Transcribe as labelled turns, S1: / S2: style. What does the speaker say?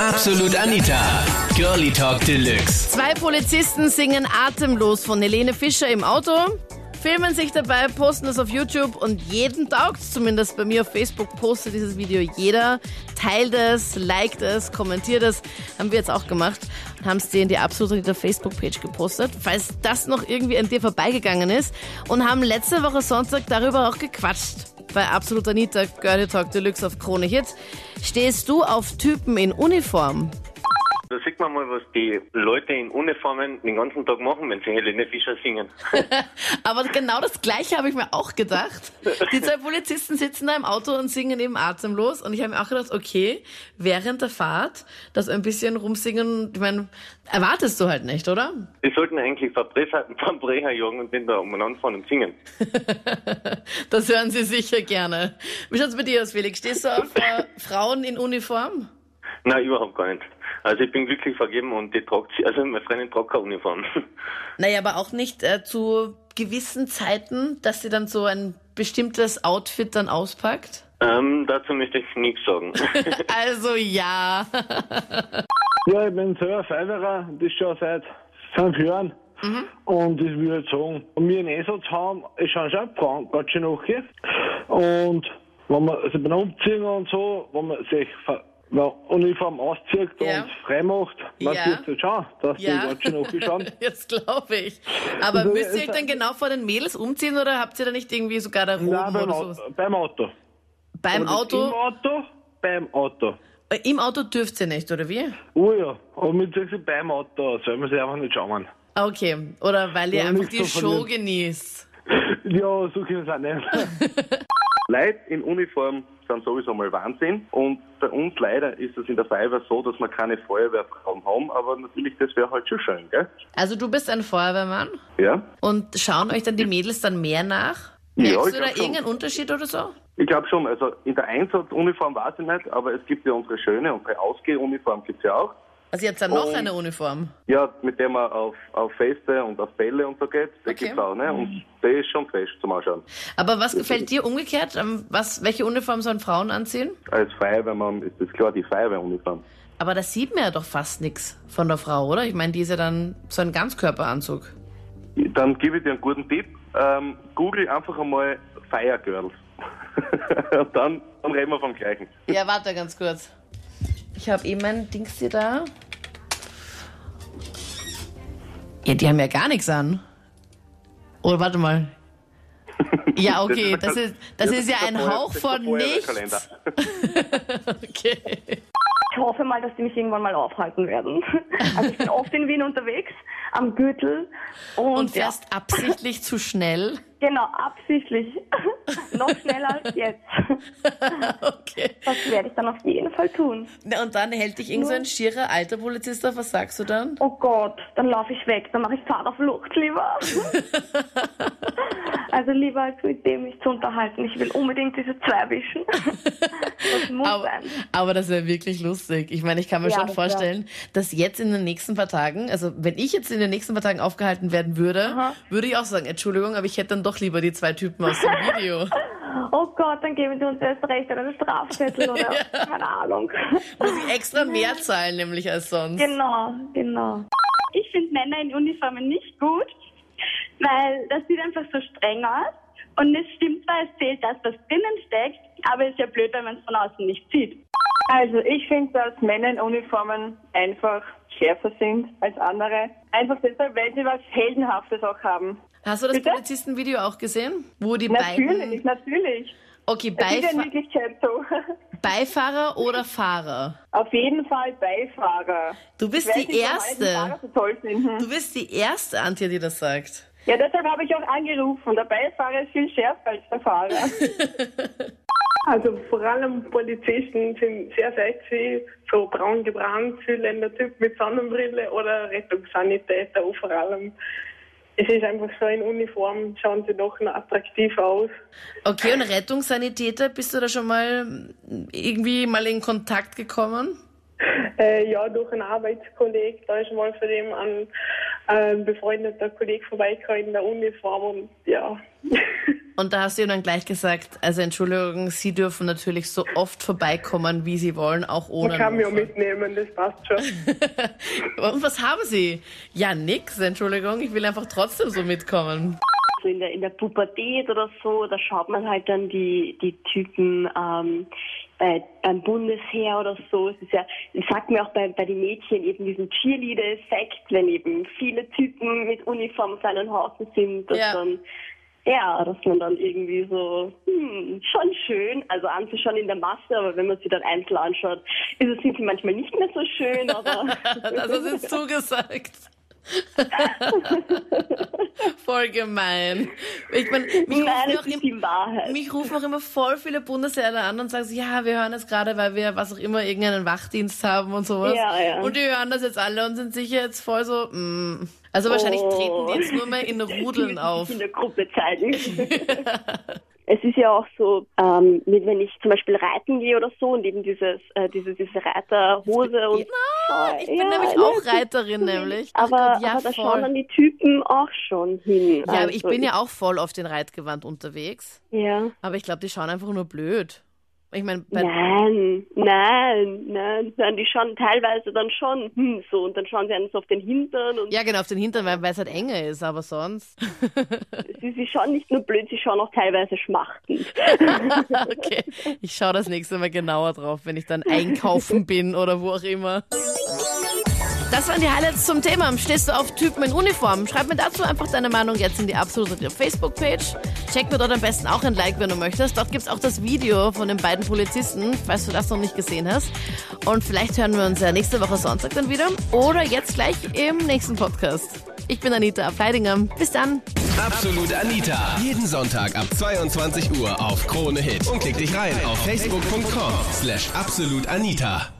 S1: Absolut Anita. Girlie Talk Deluxe.
S2: Zwei Polizisten singen Atemlos von Helene Fischer im Auto, filmen sich dabei, posten es auf YouTube und jeden taugt's. Zumindest bei mir auf Facebook postet dieses Video jeder. Teilt es, liked es, kommentiert es. Haben wir jetzt auch gemacht und haben's dir in die absolute Facebook-Page gepostet, falls das noch irgendwie an dir vorbeigegangen ist. Und haben letzte Woche Sonntag darüber auch gequatscht bei Absolut Anita Girlie Talk Deluxe auf Krone Hit. Stehst du auf Typen in Uniform?
S3: Da sieht man mal, was die Leute in Uniformen den ganzen Tag machen, wenn sie Helene Fischer singen.
S2: Aber genau das Gleiche habe ich mir auch gedacht. Die zwei Polizisten sitzen da im Auto und singen eben atemlos. Und ich habe mir auch gedacht, okay, während der Fahrt das ein bisschen rumsingen, ich meine, erwartest du halt nicht, oder?
S3: Die sollten eigentlich Verbrecher, Verbrecher jagen und den da umeinander fahren und singen.
S2: Das hören sie sicher gerne. Wie schaut's bei dir aus, Felix? Stehst du auf äh, Frauen in Uniform?
S3: Nein, überhaupt gar nicht. Also ich bin glücklich vergeben und die tragt, sie- also meine Freundin tragt keine Uniform.
S2: Naja, aber auch nicht äh, zu gewissen Zeiten, dass sie dann so ein bestimmtes Outfit dann auspackt.
S3: Ähm, dazu möchte ich nichts sagen.
S2: Also ja.
S4: Ja, ich bin selber Feuerwehrer, das schon seit fünf Jahren.
S2: Mhm.
S4: Und ich würde sagen, um wenn wir einen Einsatz haben, ist schon schon Frauen ganz schön hoch. Und wenn man sich beim Umziehen und so, wenn man sich ver- wenn man Uniform auszieht
S2: Ja.
S4: und frei macht, man
S2: Ja.
S4: sieht das schon, dass die ganz schön hoch schauen.
S2: Jetzt glaube ich. Aber
S4: Also,
S2: müsst ihr euch
S4: es-
S2: dann genau vor den Mädels umziehen oder habt ihr da nicht irgendwie so Garderoben
S4: Nein, beim,
S2: oder
S4: Au-
S2: sowas?
S4: beim Auto.
S2: Beim
S4: Aber das Im
S2: Auto,
S4: Auto? Beim Auto.
S2: äh, im Auto dürft ihr nicht, oder wie?
S4: Oh ja, aber mit sich beim Auto aus, weil man sich einfach nicht schauen.
S2: Ah, Okay, oder weil ihr
S4: Ja,
S2: einfach
S4: nichts
S2: die
S4: zu
S2: Show
S4: verlieren.
S2: genießt.
S4: Ja, so können sie auch nicht.
S5: Leute in Uniform sind sowieso mal Wahnsinn und bei uns leider ist es in der Feuerwehr so, dass wir keine Feuerwehrfrauen haben, aber natürlich, das wäre halt schon schön, gell?
S2: Also du bist ein Feuerwehrmann
S5: Ja.
S2: und schauen euch dann die Mädels dann mehr nach?
S5: Ja,
S2: Merkst
S5: ich
S2: du da
S5: glaub schon.
S2: irgendeinen Unterschied oder so?
S5: Ich glaube schon, also in der Einsatzuniform weiß ich nicht, aber es gibt ja unsere schöne, unsere Ausgehuniform gibt es ja auch.
S2: Also ihr habt dann noch
S5: Und-
S2: eine Uniform.
S5: Ja, mit der man auf, auf Feste und auf Bälle und so geht, die
S2: Okay.
S5: gibt's auch, ne? Und die ist schon fresh zum Anschauen.
S2: Aber was gefällt dir umgekehrt? Ähm, Was, welche Uniform sollen Frauen anziehen?
S5: Als Feuerwehrmann ist das klar die Feuerwehruniform.
S2: Aber da sieht man ja doch fast nichts von der Frau, oder? Ich meine, die ist ja dann so ein Ganzkörperanzug.
S5: Dann gebe ich dir einen guten Tipp. Ähm, Google einfach einmal Fire Girls. Und dann, dann reden wir vom gleichen.
S2: Ja, warte ganz kurz. Ich habe eben mein Dings hier da. Ja, die haben ja gar nichts an. Oh, warte mal. Ja, okay, das ist, das ist ja ein
S5: Feuer-
S2: Hauch
S5: das ist
S2: von
S5: der Feuerwehrkalender.
S2: nichts. Okay.
S6: Ich hoffe mal, dass die mich irgendwann mal aufhalten werden. Also ich bin oft in Wien unterwegs, am Gürtel. Und,
S2: Und fährst absichtlich zu schnell.
S6: ja, genau, absichtlich. Noch schneller als jetzt.
S2: Okay.
S6: Das werde ich dann auf jeden Fall tun.
S2: Na, Und dann hält dich irgend so ein schierer alter Polizist auf. Was sagst du dann?
S6: Oh Gott, dann laufe ich weg, dann mache ich Fahrt auf Flucht lieber. Also lieber als mit dem mich zu unterhalten. Ich will unbedingt diese zwei wischen. Das muss
S2: Aber,
S6: sein.
S2: aber das wäre wirklich lustig. Ich meine, ich kann mir
S6: Ja,
S2: schon
S6: das wär-
S2: vorstellen, dass jetzt in den nächsten paar Tagen, also wenn ich jetzt in den nächsten paar Tagen aufgehalten werden würde,
S6: Aha.
S2: würde ich auch sagen, Entschuldigung, aber ich hätte dann doch lieber die zwei Typen aus dem Video.
S6: Oh Gott, dann geben sie uns erst recht oder einen Strafzettel oder keine Ahnung.
S2: Muss ich extra mehr zahlen nämlich als sonst.
S6: Genau, genau.
S7: Ich finde Männer in Uniformen nicht gut, weil das sieht einfach so streng aus. Und es stimmt zwar, es zählt das, was drinnen steckt, aber es ist ja blöd, wenn man es von außen nicht sieht.
S8: Also ich finde, dass Männer in Uniformen einfach schärfer sind als andere. Einfach deshalb, weil sie was Heldenhaftes auch haben.
S2: Hast du das
S8: Bitte?
S2: Polizistenvideo auch gesehen? Wo die
S8: Natürlich,
S2: beiden...
S8: natürlich.
S2: Okay,
S8: Das ist ja in
S2: Beifa
S8: Wirklichkeit so.
S2: Beifahrer oder Fahrer?
S8: Auf jeden Fall Beifahrer.
S2: Du bist
S8: Weil
S2: die
S8: sie normalen
S2: Erste.
S8: Fahrer so toll finden.
S2: Du bist die Erste, Antje, die das sagt.
S8: Ja, deshalb habe ich auch angerufen. Der Beifahrer ist viel schärfer als der Fahrer.
S9: Also vor allem Polizisten sind sehr sexy, so braun gebrannt, Südländer Typ mit Sonnenbrille oder Rettungssanitäter auch vor allem. Es ist einfach so in Uniform, schauen sie doch noch attraktiv aus.
S2: Okay, und Rettungssanitäter, bist du da schon mal irgendwie mal in Kontakt gekommen?
S9: Äh, ja, durch einen Arbeitskollegen, da ist mal von dem ein äh, befreundeter Kollege vorbeigekommen in der Uniform und ja.
S2: Und da hast du ihm dann gleich gesagt, also Entschuldigung, Sie dürfen natürlich so oft vorbeikommen, wie Sie wollen, auch ohne.
S9: Man kann
S10: um-
S9: mich auch
S2: Notfall.
S9: mitnehmen, das passt schon.
S2: Und was haben Sie? Ja, nix, Entschuldigung, ich will einfach trotzdem so mitkommen.
S10: so in der, in der Pubertät oder so, da schaut man halt dann die, die Typen ähm, bei, beim Bundesheer oder so. Es ist ja, das sagt mir auch bei, bei den Mädchen eben diesen Cheerleader-Effekt, wenn eben viele Typen mit Uniform auf einem Haufen sind, dass
S2: Ja.
S10: dann ja, dass man dann irgendwie so, hm, schon schön, also anzuschauen in der Masse, aber wenn man sie dann einzeln anschaut, ist es, sind sie manchmal nicht mehr so schön, aber
S2: Das hast du jetzt zugesagt. Voll gemein. Ich meine, mich,
S10: nein,
S2: rufen
S10: das
S2: auch
S10: ist
S2: im,
S10: die Wahrheit.
S2: mich rufen auch immer voll viele Bundesländer an und sagen so, ja, wir hören jetzt gerade, weil wir was auch immer, irgendeinen Wachdienst haben und sowas.
S10: Ja, ja.
S2: Und die hören das jetzt alle und sind sicher jetzt voll so, mm. Also wahrscheinlich
S10: Oh.
S2: treten die jetzt nur mehr in Rudeln auf.
S10: in der Gruppe zeigen. es ist ja auch so, ähm, mit- wenn ich zum Beispiel reiten gehe oder so und eben dieses, äh, diese, diese Reiterhose und.
S2: Na, ich bin
S10: Ja,
S2: nämlich
S10: ja,
S2: auch
S10: das ist-
S2: Reiterin, nämlich. Ach
S10: Aber,
S2: Gott, ja,
S10: aber da
S2: voll.
S10: schauen dann die Typen auch schon hin.
S2: Ja, aber ich bin ja
S10: auch.
S2: auch voll auf den Reitgewand unterwegs.
S10: Ja.
S2: Aber ich glaube, die schauen einfach nur blöd. Ich meine, bei
S10: Nein, nein, nein, nein, die schauen teilweise dann schon hm, so und dann schauen sie einen so auf den Hintern und
S2: Ja, genau, auf den Hintern, weil weil es halt enger ist, aber sonst.
S10: sie, sie schauen nicht nur blöd, sie schauen auch teilweise schmachtend.
S2: okay, ich schaue das nächste Mal genauer drauf, wenn ich dann einkaufen bin oder wo auch immer. Das waren die Highlights zum Thema. Stehst du auf Typen in Uniform? Schreib mir dazu einfach deine Meinung jetzt in die absolute Facebook-Page. Check mir dort am besten auch ein Like, wenn du möchtest. Dort gibt's auch das Video von den beiden Polizisten, falls du das noch nicht gesehen hast. Und vielleicht hören wir uns ja nächste Woche Sonntag dann wieder oder jetzt gleich im nächsten Podcast. Ich bin Anita Ableidinger. Bis dann.
S1: Absolut Anita. Jeden Sonntag ab 22 Uhr auf Krone Hit. Und klick dich rein auf facebook.com slash absolutanita.